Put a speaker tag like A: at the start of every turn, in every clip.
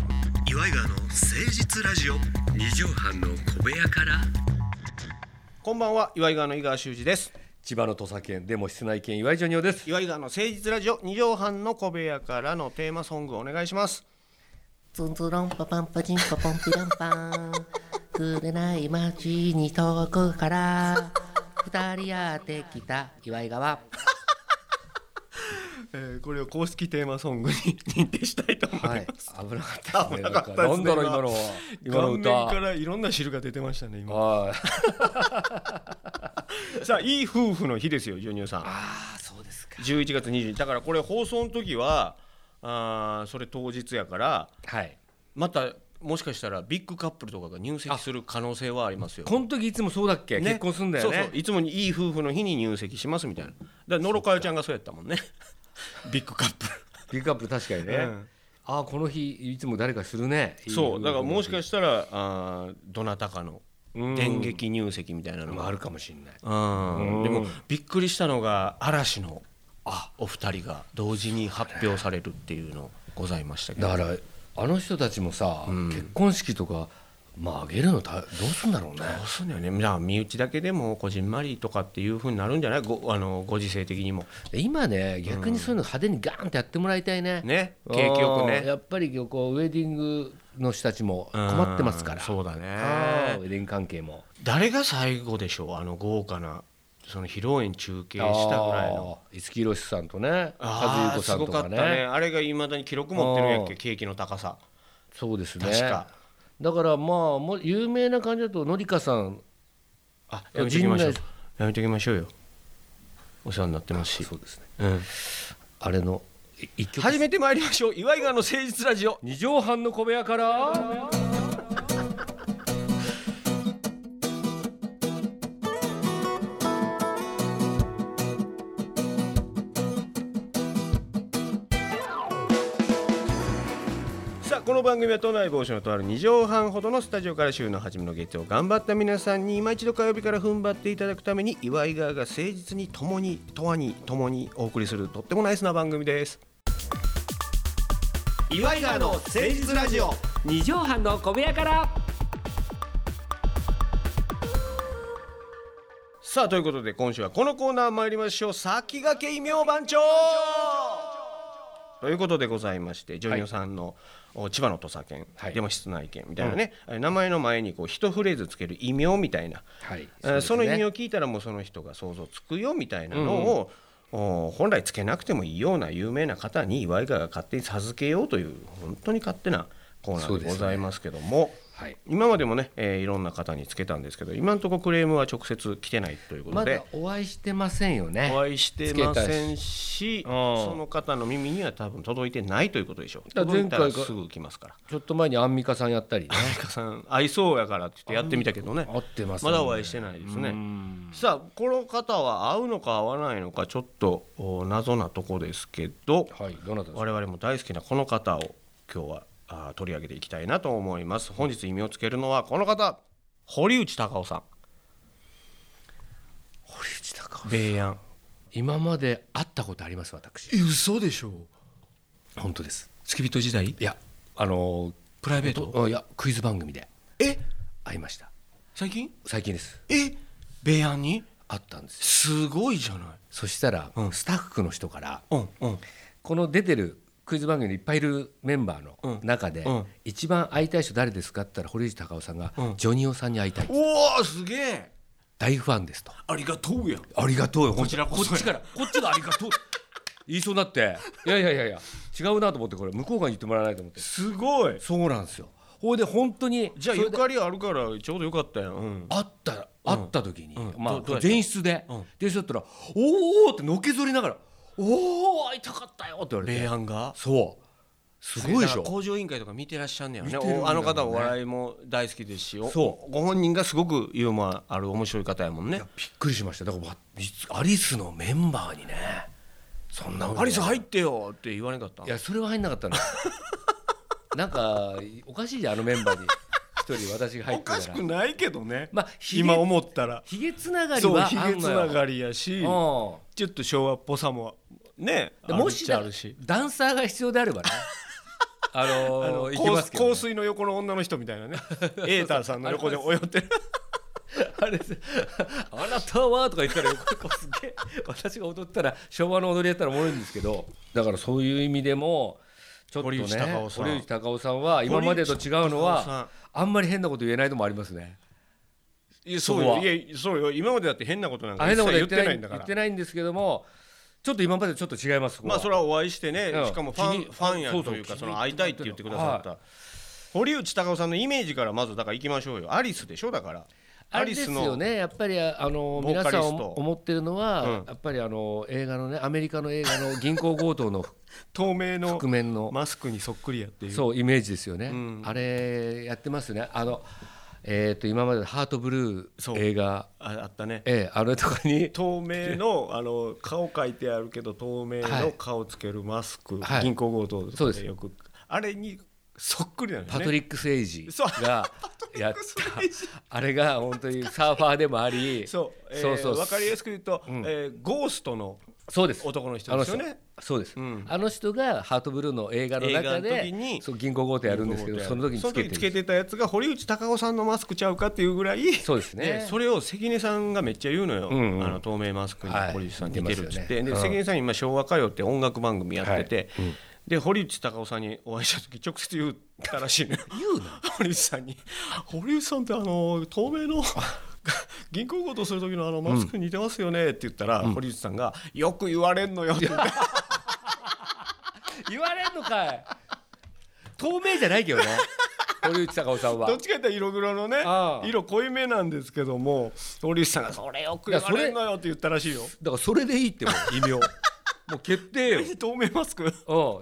A: イガーの誠実ラジオ
B: 二畳半の小部屋から
C: こんばんは岩井川の井川修司です
B: 千葉の土佐県でも室内県岩井ジョニオです
C: 岩井川の誠実ラジオ二畳半の小部屋からのテーマソングお願いします
D: ツンツロンパパンパチンパポンピランパンくれない街に遠くから二人やってきた岩井川
C: えー、これを公式テーマソングに 認定したいと思います、
B: はい危なかったですね
C: 危なかったですね
B: なんだろう今の今の
C: 顔面
B: 歌
C: からいろんな汁が出てましたね今
B: はい
C: さあいい夫婦の日ですよジュニオさん
B: ああそうですか
C: 11月20だからこれ放送の時はあーそれ当日やから
B: はい
C: またもしかしたらビッグカップルとかが入籍する可能性はありますよ
B: この時いつもそうだっけ、
C: ね
B: 結婚すんだよね
C: そうそういつもにいい夫婦の日に入籍しますみたいなだから野呂佳代ちゃんがそうやった もんねビッグカップ
B: ピックアップ確かにね、
C: うん
B: ああこの日いつも誰かするね
C: ル そうだからもし
B: し
C: かしたらあーどなたかの電撃入籍みたいなの
B: も
C: が
B: あ
C: ある
B: るかもしれない
C: うん
B: うん
C: でもびっくりしたのが嵐のあお二人が同時に発表されるっていうのございましたけど
B: だからあの人たちもさ、結婚式とかまああげるのたどうすんだろうね
C: どうすんだよねだから身内だけでもこじんまりとかっていうふうになるんじゃないごあのご時世的にも
B: で今ね逆にそういうの派手にガーンってやってもらいたいね
C: ね
B: うん
C: 景気よく
B: や
C: ね
B: っぱりこうウェディングの人たちも困ってますから
C: うんそうだ
B: あー
C: ね
B: ウェディング関係も
C: 誰が最後でしょうあの豪華なその披露宴中継したぐらいの
B: あー五木ひろしさんとね和
C: ああ
B: 子
C: す
B: さん
C: ご
B: と
C: か
B: か
C: った
B: ね
C: ねあれがいまだに記録持ってるんやっ
B: う
C: け
B: ん
C: ケーキの高さ
B: そうですね
C: 確か
B: だからまあもう有名な感じだとのりかさん
C: あやめときましょう
B: 陣
C: やめときましょうよお世話になってますし
B: そうですね
C: うん
B: あれのい一曲
C: 始めてまいりましょう岩井川の誠実ラジオ
B: 二畳半の小部屋から
C: さあこの番組は都内某所のとある2畳半ほどのスタジオから週の初めの月曜頑張った皆さんに今一度火曜日から踏ん張っていただくために岩井川が誠実に共に永遠に共にお送りするとってもナイスな番組です岩井川の誠実ラジオ
B: 二畳半の小部屋から
C: さあということで今週はこのコーナー参りましょう先駆け異名番長ということでございましてジョニオさんの、お千葉の土佐犬、
B: はい
C: でも室内犬みたいなね、え名前の前にこう一フレーズつける異名みたいな、
B: はい
C: えーその意味
B: を
C: を聞いたらもうその人が想像つくよみたいなのを、お本来つけなくてもいいような有名な方に岩井川が勝手に授けようという本当に勝手なコーナーでございますけども、
B: はい
C: 今までもね、えーいろんな方につけたんですけど今のところクレームは直接来てないということ
B: ま
C: で
B: だ、お会いしてませんよね
C: お会いしてませんし
B: たしうん
C: その方の耳には多分届いてないということでしょう
B: だから
C: 届い
B: 前
C: た
B: 回
C: ら
B: が
C: すぐ来ますから
B: ちょっと前にアンミカさんやったりね
C: アンミカさん合いそうやからって言ってやってみたけどね
B: 合ってます
C: まだお会いしててないですねさあこの方は会うのか会わないのかちょっとお謎なとこですけど
B: はいどなたですか
C: 我々も大好きなこの方を今日はあー取り上げていきたいなと思います本日意味をつけるのはこの方堀内孝雄さん
B: 堀内孝雄
C: 米安
B: 今まで会ったことあります私
E: え嘘でしょ
B: 本当です
E: 付き人時代
B: いやあの
E: プライベー
B: と
E: ト
B: いやクイズ番組で
E: え
B: 会いました
E: 最近
B: 最近です
E: え
C: 米安に
B: 会ったんですよ
E: すごいじゃない
B: そしたら、スタッフの人から
C: うんうん
B: この出てるクイズ番組にいっぱいいるメンバーの中で、
C: うん
B: 一番会いたい人誰ですかって言ったら堀内孝雄さんが、ジョニオさんに会いたい
E: おおすげえ
B: 大ファンです と
E: ありがとうやん
B: ありがとうよこ
C: ちらこそ
B: っちからこっちがありがとう言いそうになっていやいやいやいや違うなと思ってこれ向こう側に言ってもらわないと思って
C: すごい
B: そうなんですよほいで本当に
C: じゃあ
B: それ
C: ゆ
B: で
C: かりあるからちょうどよかったよ、うん、
B: 会った会った時に、ま
C: どどうや
B: あ
C: った
B: 前室で、前室だったら「おーお!」ってのけぞりながら「おお会いたかったよ」って言われ
C: 米
B: て
C: 安が
B: そうすごいでし
C: だ
B: ょ
C: から向上委員会とか見てらっしゃるんねやろね
B: 見てるんだろう
C: お
B: ね
C: あの方お笑いも大好きですしお
B: そ
C: ご本人がすごくユーモアある面白い方やもんね
B: びっくりしましただからわ実アリスのメンバーにねそんな
C: アリス入
B: っ
C: ってよって言わなかった
B: いやそれは入んなかった のなんかおかしいじゃんあのメンバーに一人私が入ってたら
C: ないけどね
B: まあひげ
C: 思ったら
B: ひげつながりはあんのよ
C: りや
B: う
C: し
B: ん
C: ちょっと昭和っぽさもね
B: でもしだ
C: あるっちゃあるし
B: ダンサーが必要であればねあのー、行き
C: 香
B: ますけど、ね、
C: 香水の横の女の人みたい なねエーターさんの横で泳ってる
B: あれであなたはとか言ったら横こうすげえ私が踊ったら昭和の踊りやったらおもろいんですけどだからそういう意味でもちょっとね
C: 堀内孝雄さん
B: 堀内孝雄さんは今までと違うの
C: 堀内孝雄さ
B: は
C: ん
B: あんまり変なこと言えないのもありますね。
C: いやそう
B: そこ
C: よ
B: はい
C: やそうよ今までだって変なことなんか
B: あ
C: 一
B: 変な
C: 切
B: こと言
C: 言っ
B: ってて
C: な
B: ないい
C: んだか
B: 言っ
C: ら
B: てないんですけどもちょっと今までとちょっと違いますここは
C: まあそれはお会いしてね
B: うん
C: しかもファン
B: 気に
C: ファンや
B: そう
C: と
B: そう
C: いうか
B: 気に
C: その会いたいって言ってくださった堀内孝雄さんのイメージからまずだから行きましょうよアリスでしょだから
B: あれですよねやっぱりああの
C: ボー
B: 皆
C: カリス
B: さん
C: ト
B: 思思ってるのは、
C: うん
B: やっぱりあの映画のねアメリカの映画の銀行強盗の
C: 透明の
B: 覆面の
C: マスクにそっくりやっていう
B: そうイメージですよね、
C: ん
B: あれやってますねあのえっ、と今までのハートブル
C: そう
B: ー映画
C: ああったね
B: ええあれとかに
C: 透明のあの顔書いてあるけど透明
B: は
C: の
B: い
C: 顔つけるマスク、
B: はい
C: 銀行強盗と
B: そう
C: か
B: です
C: よくあれにそっくりなんだ
B: パ
C: ね
B: トリック・セイジ
C: そう
B: がやったあれが本当にサーファーでもあり
C: そう、えー、
B: そうそう
C: 分かりやすく言うと、えーゴーストの
B: そうです
C: 男の人ですよね
B: あの人そうです、
C: ん
B: あの人がハートブルーの映画の中
C: 映画の
B: で
C: 時に
B: そう銀行強盗やるんですけどその時に
C: そ
B: つ
C: の
B: け
C: 時
B: て
C: つ
B: る
C: けてたやつが堀内孝雄さんのマスクちゃうかっていうぐらい
B: そうですね
C: それを関根さんがめっちゃ言うのよ、
B: んうん
C: あの透明マスクに
B: はい
C: 堀内さん似てるっつ
B: 似てます
C: って、
B: よね
C: で
B: うん
C: 関根さん今昭和歌謡って音楽番組やってて、で堀内孝雄さんにお会いした時直接言ったらしいのよ
B: 言うな
C: 堀内さんに「堀内さんってあの透 明の銀行強盗する時のあのマスクに似てますよね」って言ったら、堀内さんが「よく言われんのよ」って言って
B: 言われんのかい透明じゃないけどね堀内孝雄さんは
C: どっちかって色黒のね
B: ああ
C: 色濃いめなんですけども堀内さんが「それよく言われんのよ」って言ったらしいよ。
B: だからそれでいいってもう異名もう決定よ
C: 透明マスク
B: うん、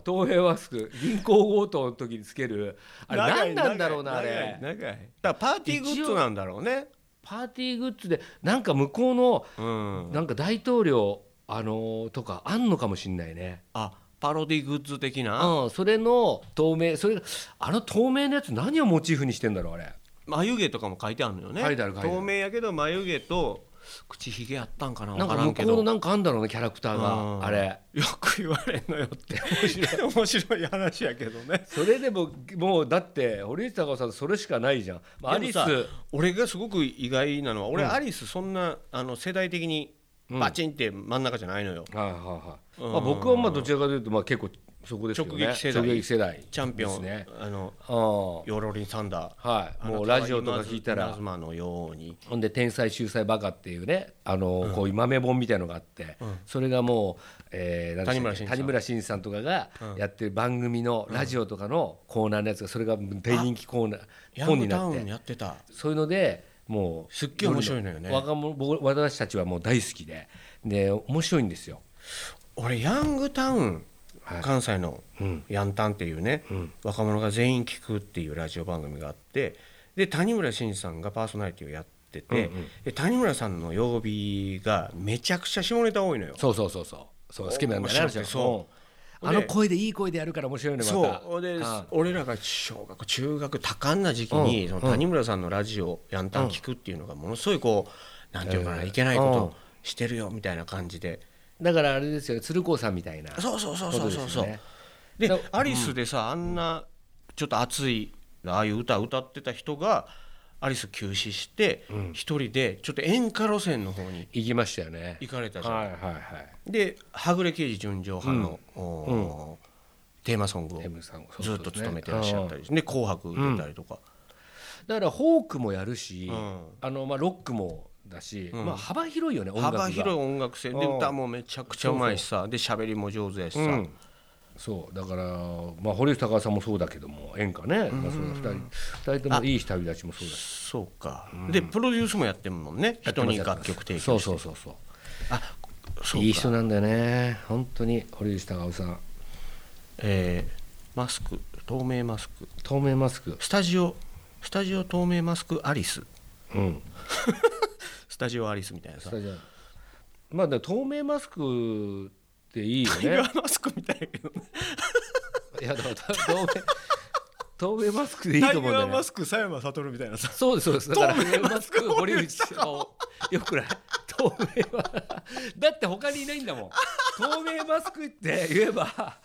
B: 東平マスク銀行強盗の時につけるあれ
C: 長
B: 何
C: い
B: なんだろうなあ
C: 長い
B: れ
C: 長い長いだからパーティーグッズなんだろうね
B: パーティーグッズでなんか向こうの
C: うん
B: なんか大統領あのーとかあんのかもしんないね
C: あパロディグッズ的な
B: うんそれの透明それがあの透明のやつ何をモチーフにしてんだろうあれ
C: 眉毛とかも書いてあるのよね
B: 書いてある書いてある
C: 透明やけど眉毛と口ひげあったんかな
B: な
C: 分
B: ん
C: か
B: から
C: ん
B: 向
C: け
B: こ
C: ど
B: うのなんかあんだろうねキャラクター
C: うん
B: があれ
C: よく言われんのよって面白い話やけどね
B: それでももうだって堀内孝雄さんそれしかないじゃん、まあ、アリス
C: でもさ俺がすごく意外なのは俺アリスそんなあの世代的に
B: うん
C: バチンって真ん中じゃないのよ
B: はいはいはい。
C: うん
B: まあ僕はまあどちらかというとまあ結構そこですよね。
C: 直撃世代
B: 直撃世代。
C: チャンピオ
B: です
C: ン
B: ね。
C: あの
B: うん。は
C: ヨーロリンサンダー
B: い。もうラジオとか聞いた
C: あな
B: ら
C: たは。稲妻のように
B: ほんで「天才秀才バカ」っていうねあのこういう豆本みたいのがあってそれがもうえー何でしたっけ
C: 谷
B: 谷村新司さんとかがやってる番組のラジオとかのコーナーのやつがそれが大人気コーナー
C: ヤン
B: 本に
C: グタ
B: なっ
C: ウン
B: て
C: やってた
B: そういうのでもう
C: すっげえ面白いのよね
B: 若者僕私たちはもう大好きでで面白いんですよ。
C: 俺ヤングタウン、
B: はい
C: 関西の
B: うん
C: ヤンタンっていうね、若者が全員聞くっていうラジオ番組があってで谷村新司さんがパーソナリティをやってて、で谷村さんの曜日がめちゃくちゃ下ネタ多いのよ。
B: そうそうそうそうそう好きなんだ
C: 面白
B: ね
C: くて
B: あの人
C: そ
B: うんあの声でいい声でやるから面白いねまた
C: そうで
B: あ
C: 俺らが小学中学多感な時期に、
B: うん
C: その谷村さんのラジオヤンタン聞くっていうのがものすごいこうなんていうのかな、
B: うん
C: いけないこと
B: うん
C: をしてるよみたいな感じで、
B: だからあれですよね鶴光さんみたいな
C: そうそうそうそ
B: こ
C: うそう
B: とです
C: そう
B: よね
C: で
B: だ
C: アリスでさあんなちょっと熱いああいう歌歌ってた人がアリス休止して一人でちょっと演歌路線の方に
B: 行きましたよね
C: 行かれたじゃん、
B: はいはいはい
C: で「はぐれ刑事純情派の」おーテーマソングを
B: テムさん
C: ずっと務めてらっしゃった
B: り
C: りしてで「紅白」出たりとか、
B: だからフォークもやるし
C: ん
B: あのまあロックもだし
C: ん
B: まあ幅広いよね音楽が
C: 幅広い音楽性で
B: うん
C: 歌もめちゃくちゃうまいしさで喋りも上手やしさ、
B: うんそうだからまあ堀内孝雄さんもそうだけども演歌ねまあその二人二人ともいい日旅立ちもそうだし
C: そうか、でプロデュースもやってるもんね人に楽曲提供して
B: そうそうそうそう
C: あそうか
B: いい人なんだよね本当に堀内孝雄さん
C: えーマスク透明マスク
B: 透明マスク
C: スタジオスタジオ透明マスクアリス
B: うん
C: スタジオアリスみたいなさ
B: スタジアムまあでも透明マスクっていいよ
C: タイ
B: ね
C: ガーマスクみたいやけどね
B: いやだから透明透明マスクでいい
C: タイ
B: と思
C: ガ
B: うんだよ
C: ー
B: ね
C: マスク佐山悟みたいなさ
B: そうですそうですだから透明マスク堀内
C: 堀内
B: さんをよくない透 明はだって他にいないんだもん透明マスクって言えば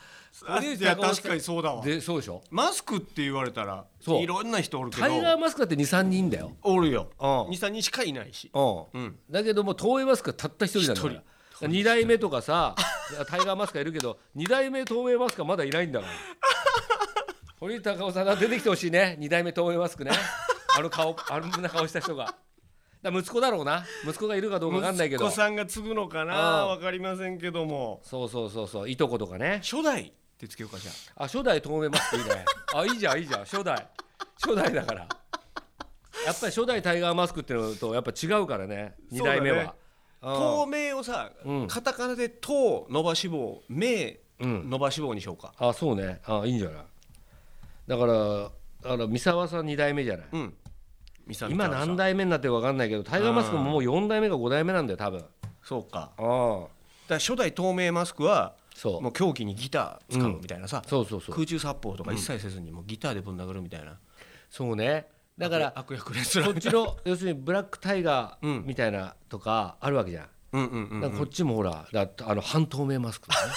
B: 堀内
C: いや
B: 孝雄さん
C: 確かにそうだわ
B: でそうでしょ
C: マスクって言われたら
B: そう
C: いろんな人おるけど
B: タイガーマスクだって23人だよ、
C: おるよ
B: うん
C: 23人しかいないしうん
B: だけども東映マスクはたった一人なんだから
C: 一
B: 2代目とかさタイガーマスクはいるけど2代目東映マスクはまだいないんだから堀井孝雄さんが出てきてほしいね2代目東映マスクねあの顔あんな顔した人がだから息子だろうな息子がいるかどうか分かんないけ
C: 息
B: ど
C: 子さんが継ぐのかな
B: うん
C: わかりませんけども
B: そうそうそうそういとことかね
C: 初代ってつけようかじゃ
B: あ
C: あ
B: 初代透明マスクいいねあいいじゃんいいじゃん初代初代だからやっぱり初代タイガーマスクってのとやっぱ違うからね2代目は
C: 透明をさ、
B: うん
C: カタカナで「と」伸ばし棒「め」
B: うん
C: 伸ばし棒にしようか、
B: あそうねあいいんじゃないだからあの三沢さん2代目じゃない、
C: うん、みさみ
B: 今
C: たらさ
B: 何代目になってるか分かんないけどタイガーマスクももう4代目か5代目なんだよ多分
C: そうか
B: ああ
C: だから初代透明マスクは
B: そう
C: もう狂気にギター使うみたいなさ、
B: そうそうそう
C: 空中殺法とか一切せずにもうギターでぶん殴るみたいな、
B: そうねだから
C: 悪役レスラー
B: こっちの要するにブラックタイガーみたいなとかあるわけじゃん、
C: うんうんうん
B: だからこっちもほらだあの半透明マスクとかね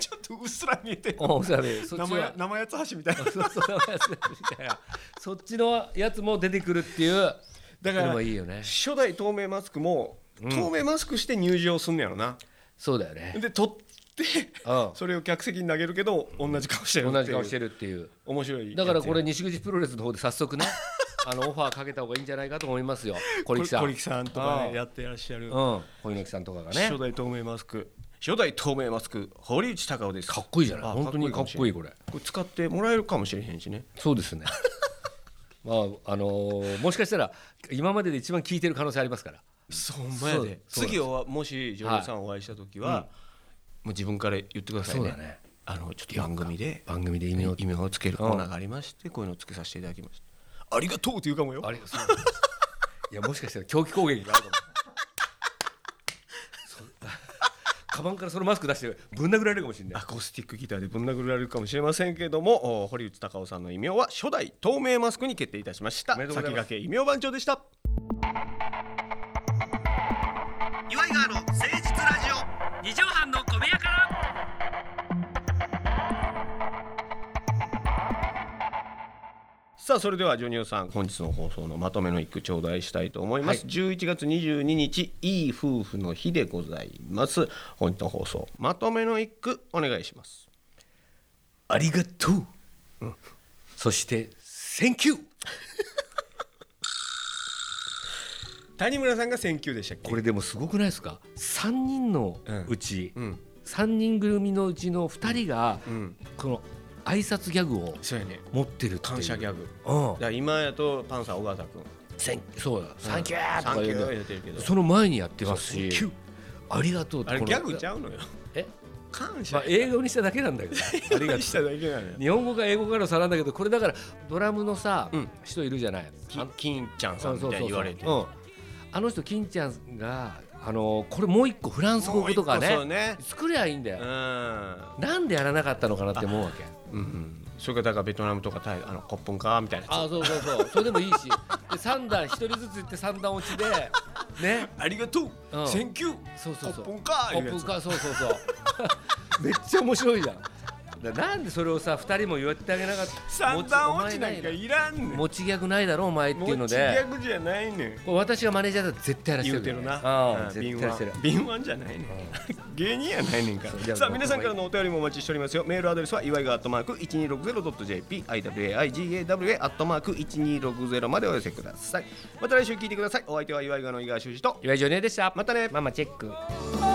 C: ちょっとうっすら見えてる
B: あおそらくそっち
C: 生
B: は
C: や生八つ橋みたいな
B: そうそう生やつみたいなそっちのやつも出てくるっていう
C: だか
B: の
C: ら
B: もいいよね
C: 初代透明マスクも透明マスクして入場すんのやろな、
B: そうだよね
C: で取って
B: うん
C: それを客席に投げるけど同じ顔してる
B: 同じ顔しててるっていう
C: 面白い
B: だからこれ
C: や
B: 西口プロレスの方で早 速ねあのオファーかけた方がいいんじゃないかと思いますよ小
C: つや
B: 力さん
C: 小力さんとか
B: ああ
C: ねやってらっしゃる
B: うん小力さんとかがね
C: 初代透明マスク初代透明マスク堀内孝雄です
B: かっこいいじゃない
C: あ
B: 本当にかっこいい
C: こ
B: これ
C: れ使ってもらえるかもしれへんしね
B: そうですね まああのーもしかしたら今までで一番聞いてる可能性ありますから
C: そうほん
B: まやで
C: 次はもし女優さんお会いした時は、
B: はいうん
C: もう自分から言ってくださいね
B: そうだね
C: あのちょっと番組で
B: 番組で意
C: 意味
B: 味
C: を
B: を
C: 意味をつけるコーナーがありましてこういうのをつけさせていただきましたありがとうって言うかもよ
B: ありがとうございますいやもしかしたら狂気攻撃があるかもそ んなカバンからそのマスク出してぶん殴られるかもしれない
C: アコースティックギターでぶん殴られるかもしれませんけれどもお堀内孝雄さんの異名は初代透明マスクに決定いたしました
B: おめで
C: 先
B: とうございま
C: 駆
B: す
C: け異名番長でした
F: 岩井川の誠実ラジオ
G: 二畳半の小部屋から
C: さあそれではジョニオさん本日の放送のまとめの一句頂戴したいと思います、
B: はい
C: 11月22日いい夫婦の日でございます本日の放送まとめの一句お願いします
B: ありがとう、そして「センキュー
C: 谷村さんが選球でしたっ」け
B: これでもすごくないですか3人のうち、
C: うん
B: 3人組のうちの2人が、
C: うん
B: この挨拶ギャグを
C: そうやね
B: 持ってるっていう
C: 感謝ギャグ
B: うん
C: だから今やとパンサー尾形君
B: センそうだ「サンキュー」と
C: サ
B: か
C: ンキ
B: 言
C: ュ
B: うん
C: ーは
B: だ
C: 言
B: よ
C: ってるけど
B: その前にやってますし
C: そうセンキュー
B: 「ありがとう」って
C: あれ
B: こ
C: ギ
B: の
C: ャグちゃうのよ
B: え
C: 感謝
B: まあ、英語にしただけなん だけどありがとう
C: しただけなのよ
B: 日本語か英語からの差なんだけどこれだからドラムのさ、
C: うん
B: 人いるじゃない
C: き
B: あの
C: 金ちゃんさんみたいに言われて
B: うんあの人金ちゃんがあのこれもう一個フランス語とか
C: もう一個
B: ね
C: そうね
B: 作りゃいいんだ
C: う
B: よ、
C: ん
B: なんでやらなかったのかなって思うわけ
C: うんうんそれがだからベトナムとかタイあのコップンかみたいな
B: ああそうそうそうそれでもいいしで3段一人ずつ行って3段落ちでね
C: ありがとう、
B: うん
C: センキュー
B: そうそうそう
C: コッポンか
B: コップかそうそうそう めっちゃ面白いじゃんだなんでそれをさ2人も言ってあげなかった
C: 三段落ちなんか
B: い
C: いらんねん
B: 持ちギャグないだろお前っていうので
C: 持ち逆じゃないねん
B: これ私がマネージャーだったら絶対やらせて
C: 言う
B: る
C: て
B: よね
C: る
B: あ
C: な
B: あ
C: うん
B: 絶
C: 敏
B: 対やらせ
C: 腕
B: る
C: 敏腕じゃないねん芸人やないねんか
B: そうじゃ
C: ら
B: あ
C: さあ皆さんからのお便りもお待ちしておりますよメールアドレスは祝いがアットマーク 1260.jp iwaigawa アットマーク1260までお寄せくださいまた来週聞いてくださいお相手は祝いがの井川修司と
B: 岩井ジョニオでした
C: またね
B: ママチェック
H: 「お